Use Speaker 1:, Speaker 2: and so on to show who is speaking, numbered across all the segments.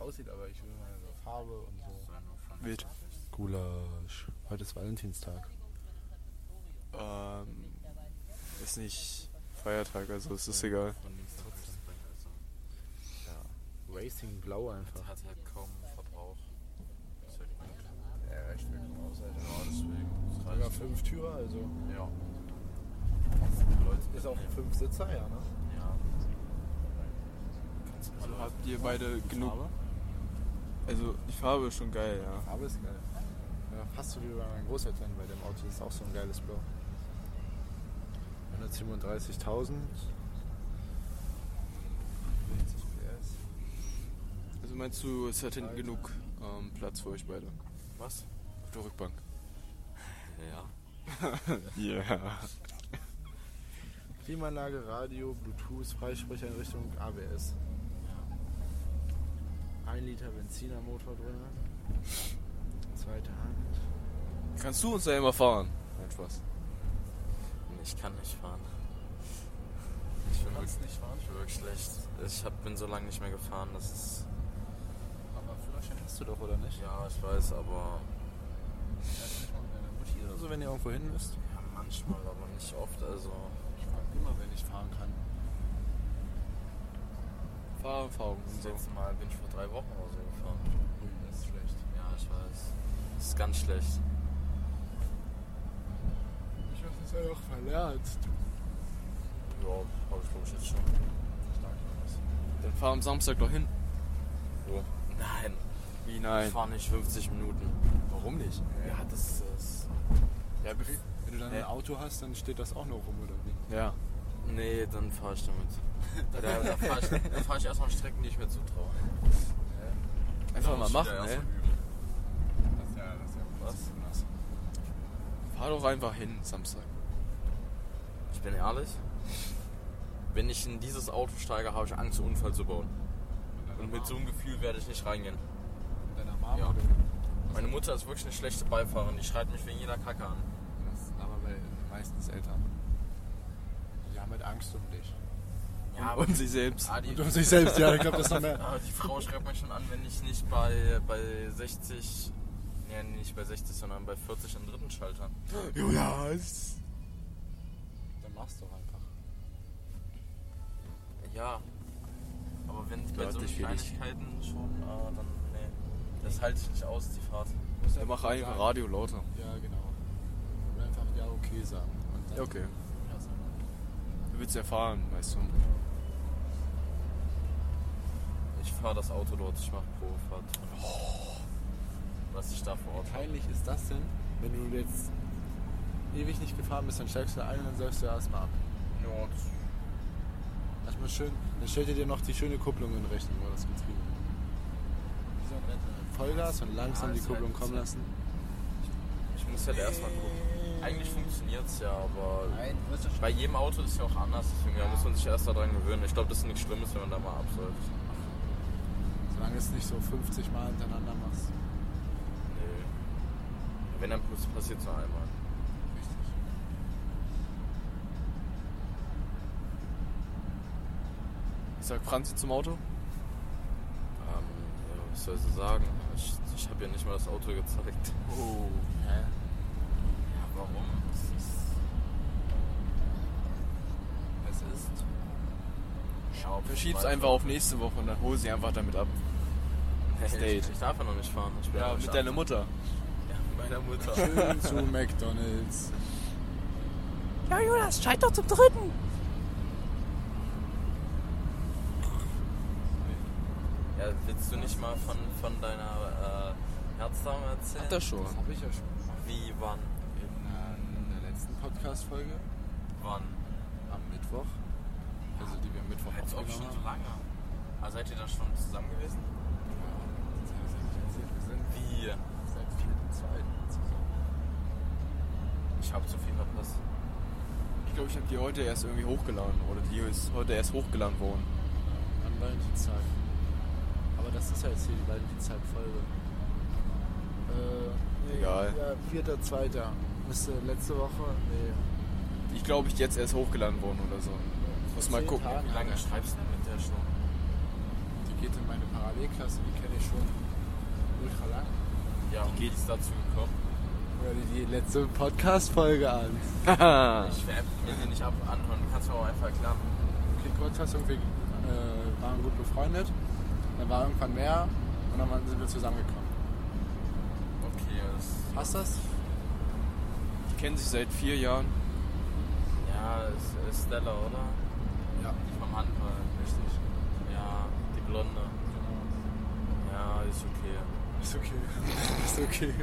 Speaker 1: aussieht, aber ich will mal so Farbe und so.
Speaker 2: Wild.
Speaker 1: Gulasch. Heute ist Valentinstag.
Speaker 2: Ähm, ist nicht Feiertag, also es ist egal.
Speaker 1: Trotzdem.
Speaker 3: Ja,
Speaker 1: Racing Blau
Speaker 3: das
Speaker 1: einfach.
Speaker 3: hat halt kaum Verbrauch. Ist halt gut.
Speaker 1: Ja, ich will nur aus, Alter.
Speaker 3: Ja, deswegen. Das
Speaker 1: Sogar
Speaker 3: reicht.
Speaker 1: fünf Türer, also
Speaker 3: Ja. Kannst du Leute
Speaker 1: ist auch ein
Speaker 3: mitnehmen.
Speaker 1: Fünf-Sitzer, ja, ne?
Speaker 3: Ja.
Speaker 2: Also habt ihr beide genug.
Speaker 3: Farbe?
Speaker 2: Also die Farbe ist schon geil, ja.
Speaker 1: Aber ist geil. Ja, fast so wie bei meinen Großeltern bei dem Auto. Das ist auch so ein geiles Blau. 137.000. PS.
Speaker 2: Also meinst du, es hat hinten genug ähm, Platz für euch beide?
Speaker 3: Was?
Speaker 2: Auf der Rückbank.
Speaker 3: Ja.
Speaker 2: Ja.
Speaker 1: Klimaanlage, Radio, Bluetooth, Freisprecheinrichtung, ABS. Ein Liter Benzinermotor drin. Zweite Hand.
Speaker 2: Kannst du uns da immer fahren? Nein, Spaß.
Speaker 3: Ich kann nicht fahren. Ich bin, wirklich,
Speaker 1: nicht fahren?
Speaker 3: ich bin wirklich schlecht. Ich hab, bin so lange nicht mehr gefahren, das ist.
Speaker 1: Aber Führerschein hast du doch, oder nicht?
Speaker 3: Ja, ich weiß, aber.
Speaker 1: Also wenn ihr irgendwo hin müsst.
Speaker 3: Ja, manchmal, aber nicht oft. Also.
Speaker 1: Ich frage immer, wenn ich fahren kann.
Speaker 2: Fahrerfahrung und
Speaker 3: Das
Speaker 2: so.
Speaker 3: letzte Mal bin ich vor drei Wochen oder so gefahren.
Speaker 1: Ui, Oh, das ist schlecht.
Speaker 3: Ja, ich weiß. Das ist ganz schlecht.
Speaker 1: Ich habe das einfach verlernt.
Speaker 3: Ja, hab ich glaube ich jetzt schon.
Speaker 2: Dann fahr am Samstag noch hin.
Speaker 3: Nein,
Speaker 2: Wie
Speaker 3: ich fahre nicht 50 Minuten.
Speaker 2: Warum nicht?
Speaker 3: Ja, das ist.
Speaker 2: Ja, bef-
Speaker 1: Wenn du dann
Speaker 2: Hä?
Speaker 1: ein Auto hast, dann steht das auch noch rum, oder wie?
Speaker 2: ja.
Speaker 3: Nee, dann fahre ich damit. da da fahre ich, da fahr ich erstmal Strecken, die ich mir zutraue.
Speaker 2: einfach mal machen, ne?
Speaker 3: Ja,
Speaker 2: ey.
Speaker 1: Das ist ja, das ist ja was.
Speaker 2: Fahr doch einfach hin Samstag.
Speaker 3: Ich bin ehrlich, wenn ich in dieses Auto steige, habe ich Angst, einen Unfall zu bauen. Und mit so einem Gefühl werde ich nicht reingehen.
Speaker 1: Deiner Mama
Speaker 3: Ja.
Speaker 1: oder
Speaker 3: Meine Mutter ist wirklich eine schlechte Beifahrerin, die schreit mich wegen jeder Kacke an.
Speaker 1: Das sind aber bei meistens Eltern. Die haben halt Angst um dich.
Speaker 3: Ja, aber,
Speaker 2: Und sie selbst.
Speaker 3: ah, die,
Speaker 1: Und um sich selbst, ja, ich glaube, das ist noch mehr.
Speaker 3: aber Ah, die Frau schreibt mich schon an, wenn ich nicht bei, bei 60, nee, nicht bei 60, sondern bei 40 am dritten Schalter.
Speaker 2: Jonas! es-
Speaker 1: Dann machst du doch einfach.
Speaker 3: Ja, aber wenn bei
Speaker 2: Gehört
Speaker 3: so
Speaker 2: nicht für dich.
Speaker 3: Kleinigkeiten schon, ah, dann, nee, das halte ich nicht aus, die Fahrt.
Speaker 2: Dann mach einfach Radio lauter.
Speaker 1: Ja, genau. Oder einfach ja, okay sagen. Und dann-
Speaker 2: Ja, okay.
Speaker 3: Ja, so.
Speaker 2: Du willst ja fahren, weißt du.
Speaker 3: Ich fahre das Auto dort, ich mache Probefahrt.
Speaker 1: Oh.
Speaker 3: Was ich da vor Ort habe.
Speaker 1: Peinlich ist das denn, wenn du jetzt ewig nicht gefahren bist, dann steigst du ein und dann sagst du ja erstmal ab.
Speaker 3: Ja,
Speaker 1: Erstmal schön, dann stellt ihr dir noch die schöne Kupplung in Rechnung, wo das Getriebe. Vollgas und langsam
Speaker 3: Ja,
Speaker 1: die
Speaker 3: ist halt-
Speaker 1: Kupplung kommen
Speaker 3: ist
Speaker 1: lassen.
Speaker 3: ich muss halt erstmal gucken. Eigentlich funktioniert es ja, aber
Speaker 1: wirst du
Speaker 3: bei jedem Auto ist es ja auch anders, deswegen da muss man sich erst daran gewöhnen. Ich glaube, das ist nichts Schlimmes, wenn man da mal absäuft.
Speaker 1: Solange es nicht so 50 Mal hintereinander machst.
Speaker 3: Nee. Äh, Wenn dann passiert es nur einmal.
Speaker 1: Richtig.
Speaker 2: Ich sag Franzi zum Auto.
Speaker 3: Ähm, ja, was soll ich sagen? Ich, ich habe ja nicht mal das Auto gezeigt.
Speaker 2: Oh.
Speaker 1: Hä?
Speaker 3: Ja, warum? Das ist
Speaker 1: Es ist.
Speaker 3: ja,
Speaker 2: Verschieb's einfach auf nächste Woche und dann hol sie einfach damit ab.
Speaker 3: Hey, ich,
Speaker 2: Date.
Speaker 3: ich darf ja noch nicht fahren. Ich bin
Speaker 2: Ja,
Speaker 3: noch nicht
Speaker 2: mit deiner
Speaker 3: 18.
Speaker 2: Mutter.
Speaker 3: Ja, mit meiner Mutter.
Speaker 1: Schön zu McDonalds.
Speaker 4: Ja, Jonas, schalt doch zum dritten.
Speaker 3: Ja, willst du nicht mal von, von deiner äh, Herzdame erzählen?
Speaker 2: Hat er schon.
Speaker 1: Das habe ich ja schon
Speaker 3: Wie, wann?
Speaker 1: in äh, in der letzten Podcast-Folge
Speaker 3: Wann?
Speaker 1: am Mittwoch. Also die wir am Mittwoch
Speaker 3: Als
Speaker 2: Genau.
Speaker 3: ob schon so
Speaker 1: aufgenommen haben.
Speaker 3: lange. Ah, seid ihr da schon zusammen gewesen?
Speaker 1: Ja, das habe ich ja nicht erzählt. Wir sind
Speaker 3: Wie?
Speaker 1: seit 4.2. zusammen.
Speaker 3: Ich hab zu viel verpasst.
Speaker 2: Ich glaube, ich habe die heute erst irgendwie hochgeladen. Oder die ist heute erst hochgeladen worden.
Speaker 1: Am Valentinstag. Aber das ist ja jetzt hier die Valentinstag-Folge. Äh, nee,
Speaker 2: Egal.
Speaker 1: Ja, 4.2. Müsste letzte Woche. Nee.
Speaker 2: Ich glaube, ich jetzt erst hochgeladen worden oder so. Muss
Speaker 1: vor
Speaker 2: mal
Speaker 1: zehn
Speaker 2: gucken.
Speaker 1: Tagen.
Speaker 3: Wie lange schreibst du denn mit der schon?
Speaker 1: Die geht in meine E-Klasse, die kenne ich schon ultra lang.
Speaker 3: Ja, und wie ist dazu gekommen?
Speaker 1: Hör dir die letzte Podcast-Folge an.
Speaker 3: Ich werde mir den nicht ab anhören. Du kannst mir auch einfach erklären.
Speaker 1: Okay, Kurzfassung, wir äh, waren gut befreundet. Dann war irgendwann mehr und dann waren- sind wir zusammengekommen.
Speaker 3: Okay, das,
Speaker 1: Passt das?
Speaker 2: Die kennen sich seit vier Jahren.
Speaker 3: ja, es ist Stella, oder?
Speaker 1: Ja.
Speaker 3: Die vom Handball.
Speaker 1: Richtig.
Speaker 3: Ja, die Blonde. Ja, ist okay.
Speaker 1: Ist okay. Ist okay.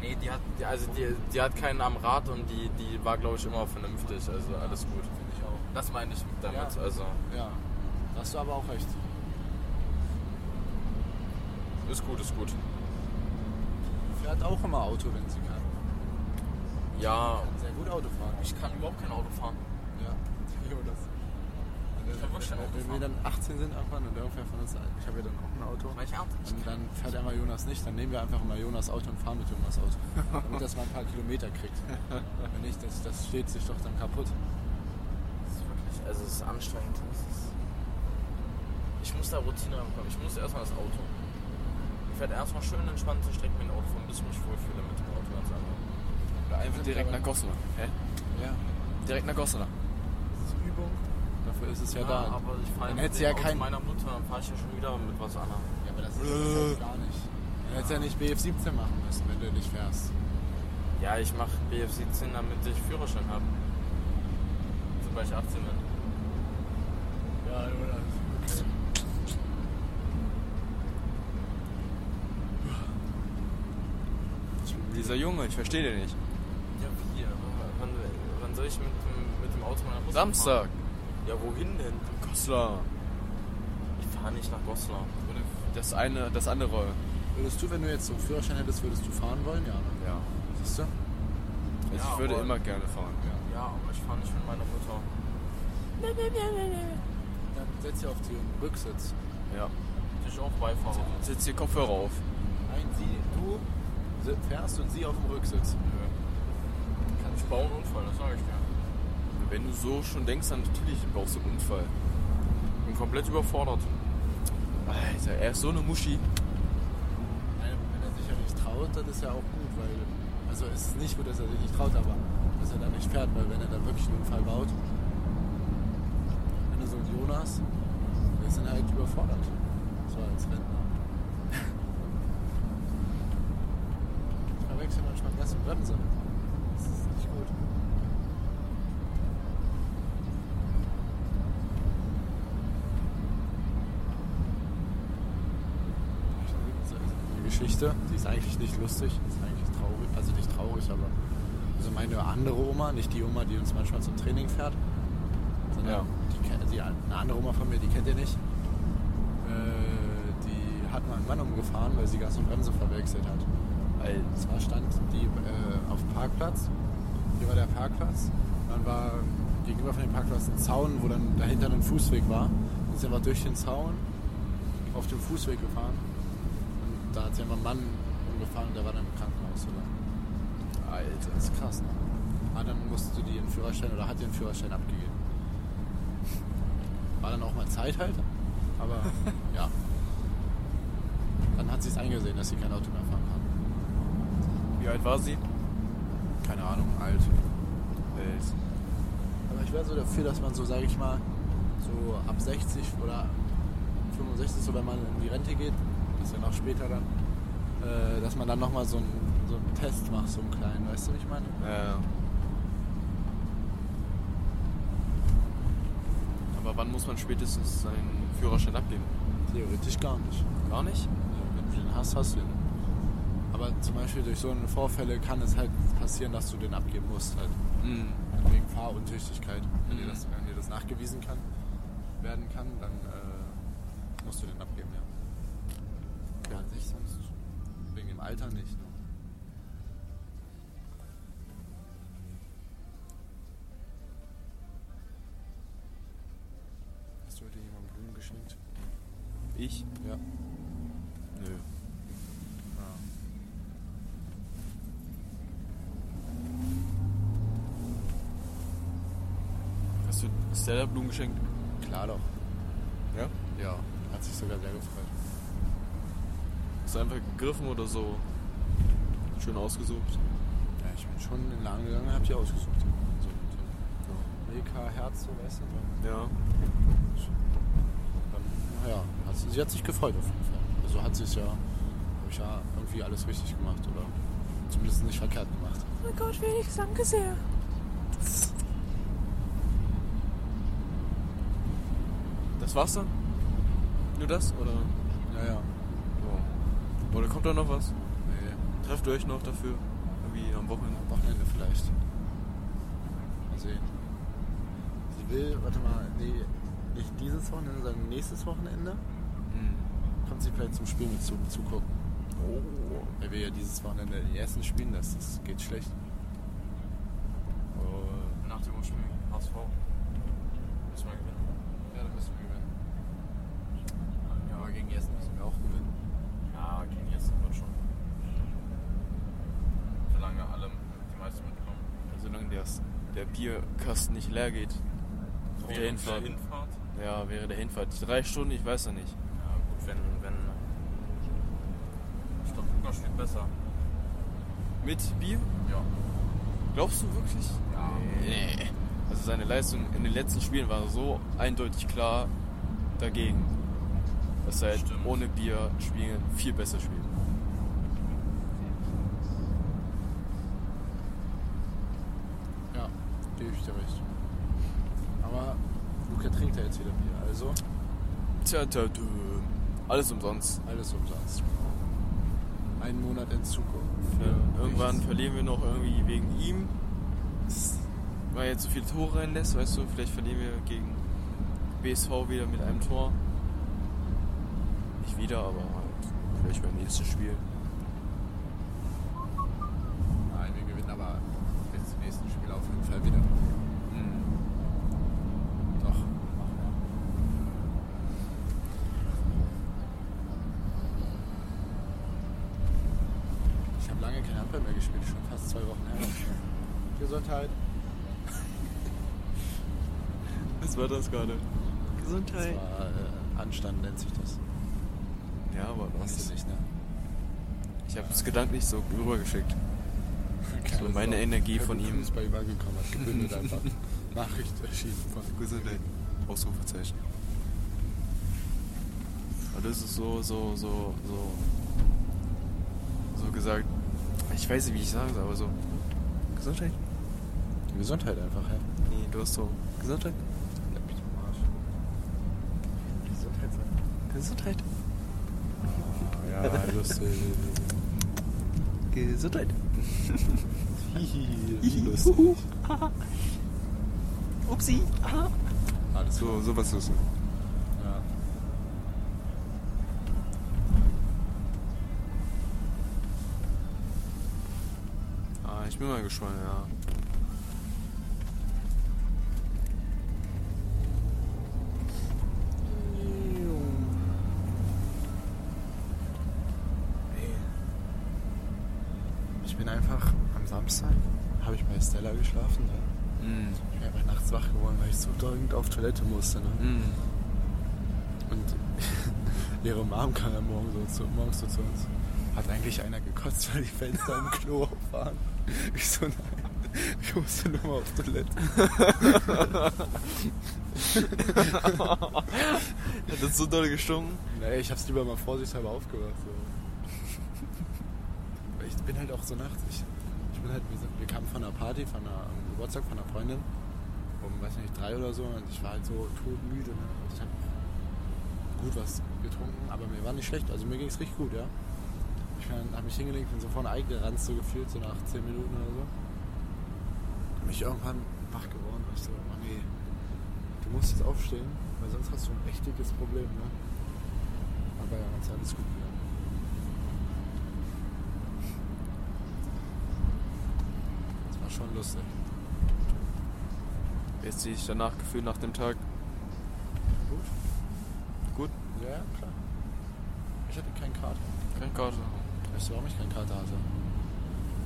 Speaker 3: Nee, die hat, die, also die, die hat keinen am Rad und die, die war, glaube ich, immer vernünftig. Also alles gut.
Speaker 1: Finde ich auch.
Speaker 3: Das meine ich damit.
Speaker 1: Ja.
Speaker 3: Also
Speaker 1: Ja. Da hast du aber auch recht.
Speaker 3: ist gut, ist gut.
Speaker 1: Fährt auch immer Auto, wenn sie kann.
Speaker 3: Ja,
Speaker 1: Kann sehr gut Auto fahren.
Speaker 3: ich kann überhaupt kein Auto fahren.
Speaker 1: Ja. Jonas.
Speaker 3: Ich hab wirklich kein Auto
Speaker 1: Wenn wir dann 18 sind irgendwann und irgendwer von uns, ich habe ja dann auch ein Auto.
Speaker 3: Mach ich ab.
Speaker 1: Und dann fährt einmal Jonas nicht, dann nehmen wir einfach mal Jonas Auto und fahren mit Jonas Auto. Damit das mal ein paar Kilometer kriegt. Wenn nicht, das, das steht sich doch dann kaputt.
Speaker 3: Das ist wirklich, also es ist anstrengend. Es ist, ich muss da Routine reinkommen. Ich muss erstmal das Auto. Ich werde erstmal schön entspannt zur Strecke mit dem Auto fahren, bis ich mich wohlfühle mit dem Auto ganz einfach.
Speaker 2: Oder einfach direkt nach Goslar. Hä?
Speaker 1: Ja.
Speaker 2: Direkt nach Goslar.
Speaker 1: Das ist Übung. Dafür ist es ja, da.
Speaker 3: aber ich fahre
Speaker 1: Dann
Speaker 3: mit
Speaker 1: hätte sie
Speaker 3: dem
Speaker 1: ja
Speaker 3: Auto
Speaker 1: kein-
Speaker 3: meiner Mutter, dann fahre ich ja schon wieder mit was anderem.
Speaker 1: ja, aber das ist ja gar nicht. Du hättest ja nicht BF17 machen müssen, wenn du nicht fährst.
Speaker 3: Ja, ich mache BF17, damit ich Führerschein habe. Sobald ich 18 bin.
Speaker 1: Ja, Jonas. Okay.
Speaker 2: Dieser Junge, ich verstehe den nicht.
Speaker 3: Ja, wie? Wann, wann soll ich mit dem, mit dem Auto meiner Mutter
Speaker 2: Samstag.
Speaker 3: Fahren? Ja, wohin denn?
Speaker 2: Goslar.
Speaker 3: Ich fahre nicht nach Goslar.
Speaker 2: Oder das eine, das andere.
Speaker 1: Würdest du, wenn du jetzt so einen Führerschein hättest, würdest du fahren wollen? Ja. Ne?
Speaker 2: Ja.
Speaker 1: Siehst du?
Speaker 2: Also
Speaker 3: Ja,
Speaker 2: ich würde
Speaker 3: aber-
Speaker 2: immer gerne fahren.
Speaker 3: Ja, aber ich fahre nicht mit meiner Mutter.
Speaker 4: Meh, meh, meh, meh, meh.
Speaker 1: Dann setz dich auf den Rücksitz.
Speaker 2: Ja.
Speaker 3: Ich auch Beifahrer.
Speaker 2: Setz dir Kopfhörer auf.
Speaker 1: Nein, sie, du si- fährst und sie auf dem Rücksitz.
Speaker 3: Ich baue einen Unfall, das sage ich dir.
Speaker 2: Wenn du so schon denkst, dann natürlich brauchst du einen Unfall.
Speaker 3: Bin komplett überfordert.
Speaker 2: Alter, er ist so eine Muschi.
Speaker 1: Nein, Wenn er sich ja nicht traut, dann ist ja auch gut, weil. Also es ist nicht gut, dass er sich nicht traut, aber dass er dann nicht fährt, weil wenn er dann wirklich einen Unfall baut, wenn du so ein Jonas, der ist dann halt überfordert. So als Rentner. Ich verwechsel manchmal Gas und Bremse. Das ist nicht gut. Eine Geschichte, die ist eigentlich nicht lustig, ist eigentlich traurig, also nicht traurig, aber also meine andere Oma, nicht die Oma, die uns manchmal zum Training fährt, sondern
Speaker 2: Ja.
Speaker 1: die, ke- die, eine andere Oma von mir, die kennt ihr nicht, äh, die hat mal einen Mann umgefahren, weil sie Gas und Bremse verwechselt hat.
Speaker 2: Alter.
Speaker 1: Und zwar stand die äh, auf dem Parkplatz. Hier war der Parkplatz. Dann war gegenüber von dem Parkplatz ein Zaun, wo dann dahinter ein Fußweg war. Dann ist sie einfach durch den Zaun auf dem Fußweg gefahren. Und da hat sie einfach einen Mann umgefahren und der war dann im Krankenhaus. Oder?
Speaker 2: Alter.
Speaker 1: Das ist krass, ne? Ah, dann musste die ihren Führerschein oder hat ihren Führerschein abgegeben. War dann auch mal Zeit halt. Aber ja. Dann hat sie es eingesehen, dass sie kein Auto mehr fahren kann.
Speaker 2: Wie alt war sie?
Speaker 1: Keine Ahnung, alt.
Speaker 2: Alt.
Speaker 1: Aber ich wäre so dafür, dass man so, sage ich mal, so ab 60 oder 65, so wenn man in die Rente geht, das ist ja noch später dann, äh, dass man dann nochmal so einen, so einen Test macht, so einen kleinen, weißt du, wie ich meine?
Speaker 2: Ja. Aber wann muss man spätestens seinen Führerschein abgeben?
Speaker 1: Theoretisch gar nicht.
Speaker 2: Gar nicht?
Speaker 1: Wenn du den hast, hast du den. Aber zum Beispiel durch so eine Vorfälle kann es halt passieren, dass du den abgeben musst, halt
Speaker 2: Mhm.
Speaker 1: wegen Fahruntüchtigkeit. Wenn, dir
Speaker 2: Mhm.
Speaker 1: das, wenn dir das nachgewiesen kann, werden kann, dann äh, musst du den abgeben, ja. Ja, an sich sonst wegen dem Alter nicht. Ne? Hast du heute jemandem Blumen geschenkt?
Speaker 2: Ich?
Speaker 1: Ja. Ah.
Speaker 2: Nö. Hast du Stella Blumen geschenkt?
Speaker 1: Klar doch.
Speaker 2: Ja.
Speaker 1: Ja. hat sich sogar sehr gefreut.
Speaker 2: Ist einfach gegriffen oder so. Schön ausgesucht.
Speaker 1: Ja, ich bin schon in den Laden gegangen und hab die ausgesucht. So, so. Milka, Herz, so weißt du. so.
Speaker 2: Ja.
Speaker 1: Dann, naja, hat sie, sie hat sich gefreut auf jeden Fall. Also hat sie es ja, habe ich ja irgendwie alles richtig gemacht oder zumindest nicht verkehrt gemacht.
Speaker 4: Mein Oh Gott, wenigstens danke sehr.
Speaker 2: Das war's dann? Nur das? Oder?
Speaker 1: Naja,
Speaker 2: Oh. Oder kommt da noch was?
Speaker 1: nee,
Speaker 2: Trefft ihr euch noch dafür? Irgendwie am Wochenende?
Speaker 1: am Wochenende vielleicht. Mal sehen. Sie will, warte mal, nee, nicht dieses Wochenende, sondern nächstes Wochenende
Speaker 2: Hm.
Speaker 1: kommt sie vielleicht zum Spiel mit zu, zugucken.
Speaker 2: Oh.
Speaker 1: Weil wir ja dieses Wochenende in Essen spielen, das, das geht schlecht.
Speaker 2: Oh.
Speaker 3: Äh, Nach dem Uhrspiel gegen HSV. Müssen wir gewinnen.
Speaker 1: Ja, dann müssen wir gewinnen. Ja, aber gegen Essen müssen wir auch gewinnen.
Speaker 3: Ja, gegen Essen wird schon. Solange alle die meisten mitkommen.
Speaker 2: Also Solange das, der Bierkasten nicht leer geht. Auf der Hinfahrt.
Speaker 3: Hinfahrt.
Speaker 2: Ja, wäre der Hinfahrt. Drei Stunden, ich weiß ja nicht.
Speaker 3: Ja, gut, wenn, wenn. Ich glaube, Lukas spielt besser.
Speaker 2: Mit Bier?
Speaker 3: Ja.
Speaker 2: Glaubst du wirklich?
Speaker 3: Ja.
Speaker 2: Nee. Also seine Leistung in den letzten Spielen war so eindeutig klar dagegen. Dass er halt
Speaker 3: Stimmt.
Speaker 2: ohne Bier spielen viel besser spielt.
Speaker 1: Ja, gebe ich dir recht. Aber Luca trinkt ja jetzt wieder Bier, also
Speaker 2: Tja, tja, tja. Alles umsonst.
Speaker 1: alles umsonst. Einen Monat Entzug.
Speaker 2: Ja, Ne, irgendwann verlieren wir noch irgendwie wegen ihm. Weil er jetzt so viele Tore reinlässt, weißt du, vielleicht verlieren wir gegen BSV wieder mit einem Tor. Nicht wieder, aber halt vielleicht beim nächsten Spiel.
Speaker 1: Nein, wir gewinnen aber jetzt im nächsten Spiel auf jeden Fall wieder. Hm. Doch. Ich habe lange kein Handball mehr gespielt, schon fast zwei Wochen her. Gesundheit.
Speaker 2: Was war das gerade?
Speaker 1: Das
Speaker 2: Gesundheit.
Speaker 1: war äh, Anstand nennt sich das.
Speaker 2: Ja, aber
Speaker 1: Hast
Speaker 2: was?
Speaker 1: du nicht, ne?
Speaker 2: Ich habe es gedanklich so rübergeschickt.
Speaker 1: Keine
Speaker 2: So meine
Speaker 1: Sau.
Speaker 2: Energie
Speaker 1: Kein
Speaker 2: von ihm.
Speaker 1: Also, Fußball übergekommen hat, gebündelt einfach. Nachricht erschienen von
Speaker 2: Gesundheit. Ausrufezeichen. Aber das ist so, so, so, so, so gesagt. Ich weiß nicht, wie ich sage, aber so. Gesundheit?
Speaker 1: Gesundheit einfach, ja.
Speaker 2: Nee, du hast so. Gesundheit?
Speaker 1: Gesundheit
Speaker 2: Gesundheit.
Speaker 1: Ah, Ja, lustig.
Speaker 2: Gesundheit.
Speaker 1: Hihi, lustig.
Speaker 4: Upsi. Aha.
Speaker 1: Alles
Speaker 2: So,
Speaker 1: klar.
Speaker 2: so was ist
Speaker 1: Ja.
Speaker 2: Ah, ich bin mal gespannt, ja.
Speaker 4: Hm.
Speaker 1: Ich bin einfach am Samstag, habe ich bei Stella geschlafen. Ne?
Speaker 2: Mm.
Speaker 1: Ich bin einfach nachts wach geworden, weil ich so dringend auf Toilette musste. Ne?
Speaker 2: Mm.
Speaker 1: Und ihre Mom kam dann morgen so zu, morgens so zu uns. Hat eigentlich einer gekotzt, weil die Fenster im Klo auf waren? Ich so, nein, ich musste nur mal auf Toilette.
Speaker 2: Hat das so doll gestunken?
Speaker 1: Naja, ich hab's lieber mal vorsichtshalber aufgemacht. So. Weil Ich bin halt auch so nachts. Ich, ich bin halt, wir, sind, wir kamen von einer Party, von einer am Geburtstag von einer Freundin, um weiß nicht, drei oder so, und ich war halt so todmüde. Ne? Und ich hab gut was getrunken, aber mir war nicht schlecht. Also mir ging's richtig gut, ja. Ich bin dann- hab mich hingelegt, bin so vorne eingerannt, so gefühlt, so nach zehn Minuten oder so. Bin mich irgendwann wach geworden, weil ich so, oh nee, du musst jetzt aufstehen, weil sonst hast du ein echt dickes Problem, ne? Aber ja, ist alles gut gegangen. Das war schon lustig.
Speaker 2: Jetzt sehe ich danach gefühlt nach dem Tag.
Speaker 1: Gut?
Speaker 2: Gut,
Speaker 1: Ja, ja, klar. Ich hatte keinen Kater.
Speaker 2: kein Karte.
Speaker 1: Weißt du, warum ich keinen Kater hatte?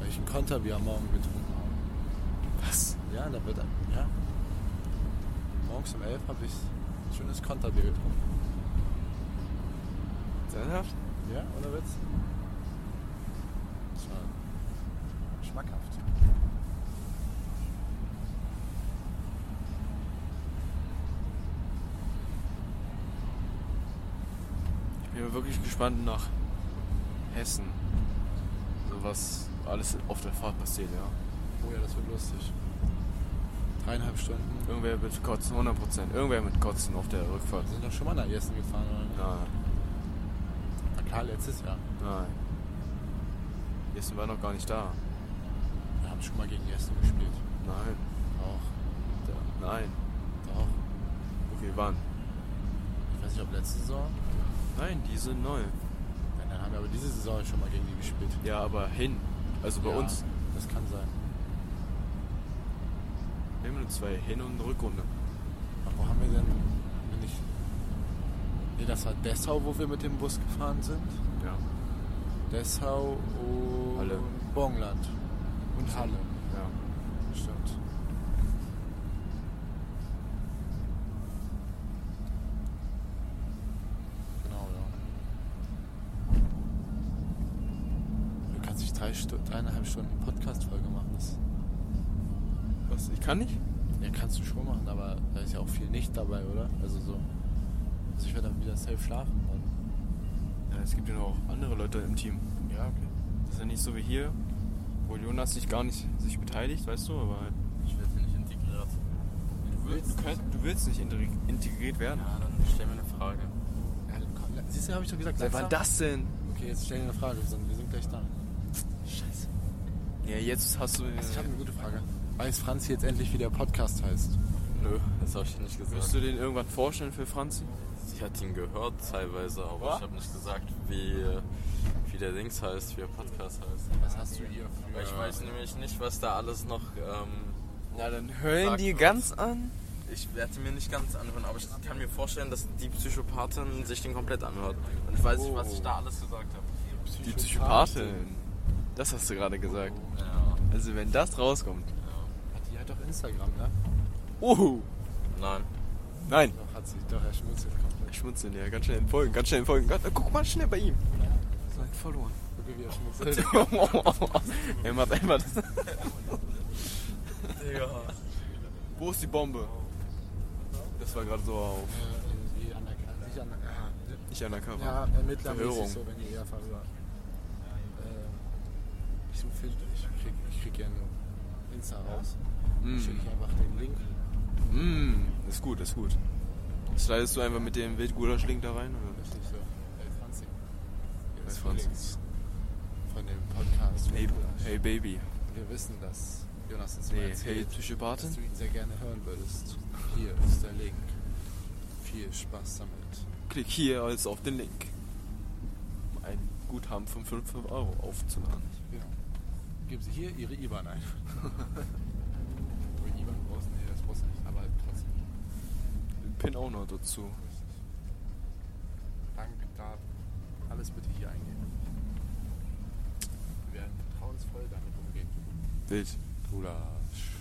Speaker 1: Weil ich einen Konterbier am Morgen getrunken habe.
Speaker 2: Was?
Speaker 1: Ja, da wird. Ja. Morgens um 11 habe ich ein schönes Konterbier getrunken.
Speaker 2: Ernsthaft?
Speaker 1: Ja, ohne Witz. Schade. Schmackhaft.
Speaker 2: Ich bin wirklich gespannt nach Hessen. So was alles auf der Fahrt passiert, ja.
Speaker 1: Oh ja, das wird lustig. Dreieinhalb Stunden.
Speaker 2: Irgendwer wird kotzen, 100%. Irgendwer wird kotzen auf der Rückfahrt.
Speaker 1: Wir sind doch schon mal nach Essen gefahren, oder? nicht?
Speaker 2: Nein,
Speaker 1: Na klar, letztes Jahr.
Speaker 2: nein. Hessen war noch gar nicht da.
Speaker 1: Wir haben schon mal gegen Essen gespielt.
Speaker 2: Nein,
Speaker 1: Auch.
Speaker 2: da, nein.
Speaker 1: Auch.
Speaker 2: Okay, wann?
Speaker 1: Ich weiß nicht, ob letzte Saison.
Speaker 2: Nein, die sind neu.
Speaker 1: Nein, dann haben wir aber diese Saison schon mal gegen die gespielt.
Speaker 2: Ja, aber hin. Also bei
Speaker 1: Ja,
Speaker 2: uns.
Speaker 1: Das kann sein.
Speaker 2: Wir haben nur zwei Hin- und Rückrunde.
Speaker 1: Aber wo haben wir denn. Wenn ich. Nee, das war Dessau, wo wir mit dem Bus gefahren sind.
Speaker 2: Ja.
Speaker 1: Dessau und.
Speaker 2: Halle.
Speaker 1: Bongland. Und Halle.
Speaker 2: Ja.
Speaker 1: Stimmt. Genau, ja. Du kannst nicht drei Stu dreieinhalb Stunden Podcast-Folge machen. Das,
Speaker 2: Was? Ich kann nicht?
Speaker 1: ja, kannst du schon machen, aber da ist ja auch viel nicht dabei, oder? Also so. Also ich werde dann wieder safe schlafen. Dann.
Speaker 2: Ja, es gibt ja noch andere Leute im Team.
Speaker 1: Ja, okay.
Speaker 2: Das ist ja nicht so wie hier, wo Jonas sich gar nicht sich beteiligt, weißt du, aber halt,
Speaker 3: Ich werde hier nicht integriert.
Speaker 2: du, willst, du, kannst, du willst nicht integri- integriert werden.
Speaker 3: Ja, dann stell mir eine Frage.
Speaker 1: Ja, komm, le- siehst du, habe ich doch gesagt.
Speaker 2: Seit wann
Speaker 1: langsam.
Speaker 2: das denn?
Speaker 1: Okay, jetzt stell dir eine Frage, wir sind, wir sind gleich da.
Speaker 2: Scheiße. Ja, jetzt hast du.
Speaker 1: Also ich habe eine gute Frage. Weiß Franzi jetzt endlich, wie der Podcast heißt?
Speaker 2: Nö.
Speaker 3: Das habe ich dir nicht gesagt.
Speaker 2: Wirst du den irgendwann vorstellen für Franzi?
Speaker 3: Ich hatte ihn gehört teilweise, aber
Speaker 2: Was?
Speaker 3: ich habe nicht gesagt, wie, wie der Dings heißt, wie der Podcast heißt.
Speaker 1: Was hast du hier für...
Speaker 3: Weil ich weiß nämlich nicht, was da alles noch. Ähm,
Speaker 2: Na, dann hören
Speaker 3: Sag
Speaker 2: die
Speaker 3: was.
Speaker 2: ganz an.
Speaker 3: ich werde mir nicht ganz anhören, aber ich kann mir vorstellen, dass die Psychopathin sich den komplett anhört. Und ich weiß nicht, was ich da alles gesagt habe.
Speaker 2: Die Psychopathin. Das hast du gerade gesagt.
Speaker 3: Ja,
Speaker 2: Also, wenn das rauskommt.
Speaker 3: ja.
Speaker 1: Die hat doch Instagram, ne?
Speaker 2: Oh!
Speaker 3: Nein.
Speaker 2: Nein!
Speaker 1: Doch, hat sie. Doch, er schmutzelt komplett.
Speaker 2: Schmunzeln, ja. Ganz schnell folgen, ganz schnell folgen. Ganz, guck mal schnell bei ihm. Sein Follower.
Speaker 1: Gucke, wie er schmutzelt.
Speaker 2: er macht einfach das.
Speaker 3: Digga.
Speaker 2: Wo ist die Bombe? Das war gerade so auf.
Speaker 1: Irgendwie anerkannt. Nicht anerkannt.
Speaker 2: Ich an der Cover.
Speaker 1: Ja, ermittlermäßig
Speaker 2: Verhörung.
Speaker 1: so, wenn ihr eher verhört. Ähm, Ich empfinde, ich krieg, ich krieg ihren Insta raus.
Speaker 2: Mm.
Speaker 1: Mm. Schicke ich einfach den Link.
Speaker 2: Mm, ist gut, ist gut. Slidest du einfach mit dem Wildgulasch-Link da rein? Oder?
Speaker 1: Richtig so. Ey, Franzi. Hier ist
Speaker 2: Franzi.
Speaker 1: Felix Von dem Podcast.
Speaker 2: Hey, hey Baby.
Speaker 1: Wir wissen, dass Jonas uns mal
Speaker 2: Nee, hey
Speaker 1: erzählt, dass
Speaker 2: Psychopathin.
Speaker 1: du ihn sehr gerne hören würdest. Hier ist der Link. Viel Spaß damit.
Speaker 2: Klick hier als auf den Link. Um ein Guthaben von 5 Euro aufzuladen.
Speaker 1: Genau. Geben Sie hier Ihre IBAN ein. Wo IBAN brauchst, nee, das brauchst du nicht, aber trotzdem.
Speaker 2: Den Pin auch noch dazu.
Speaker 1: Bankdaten, alles bitte hier eingeben. Wir werden vertrauensvoll damit umgehen.
Speaker 2: Wildgulasch.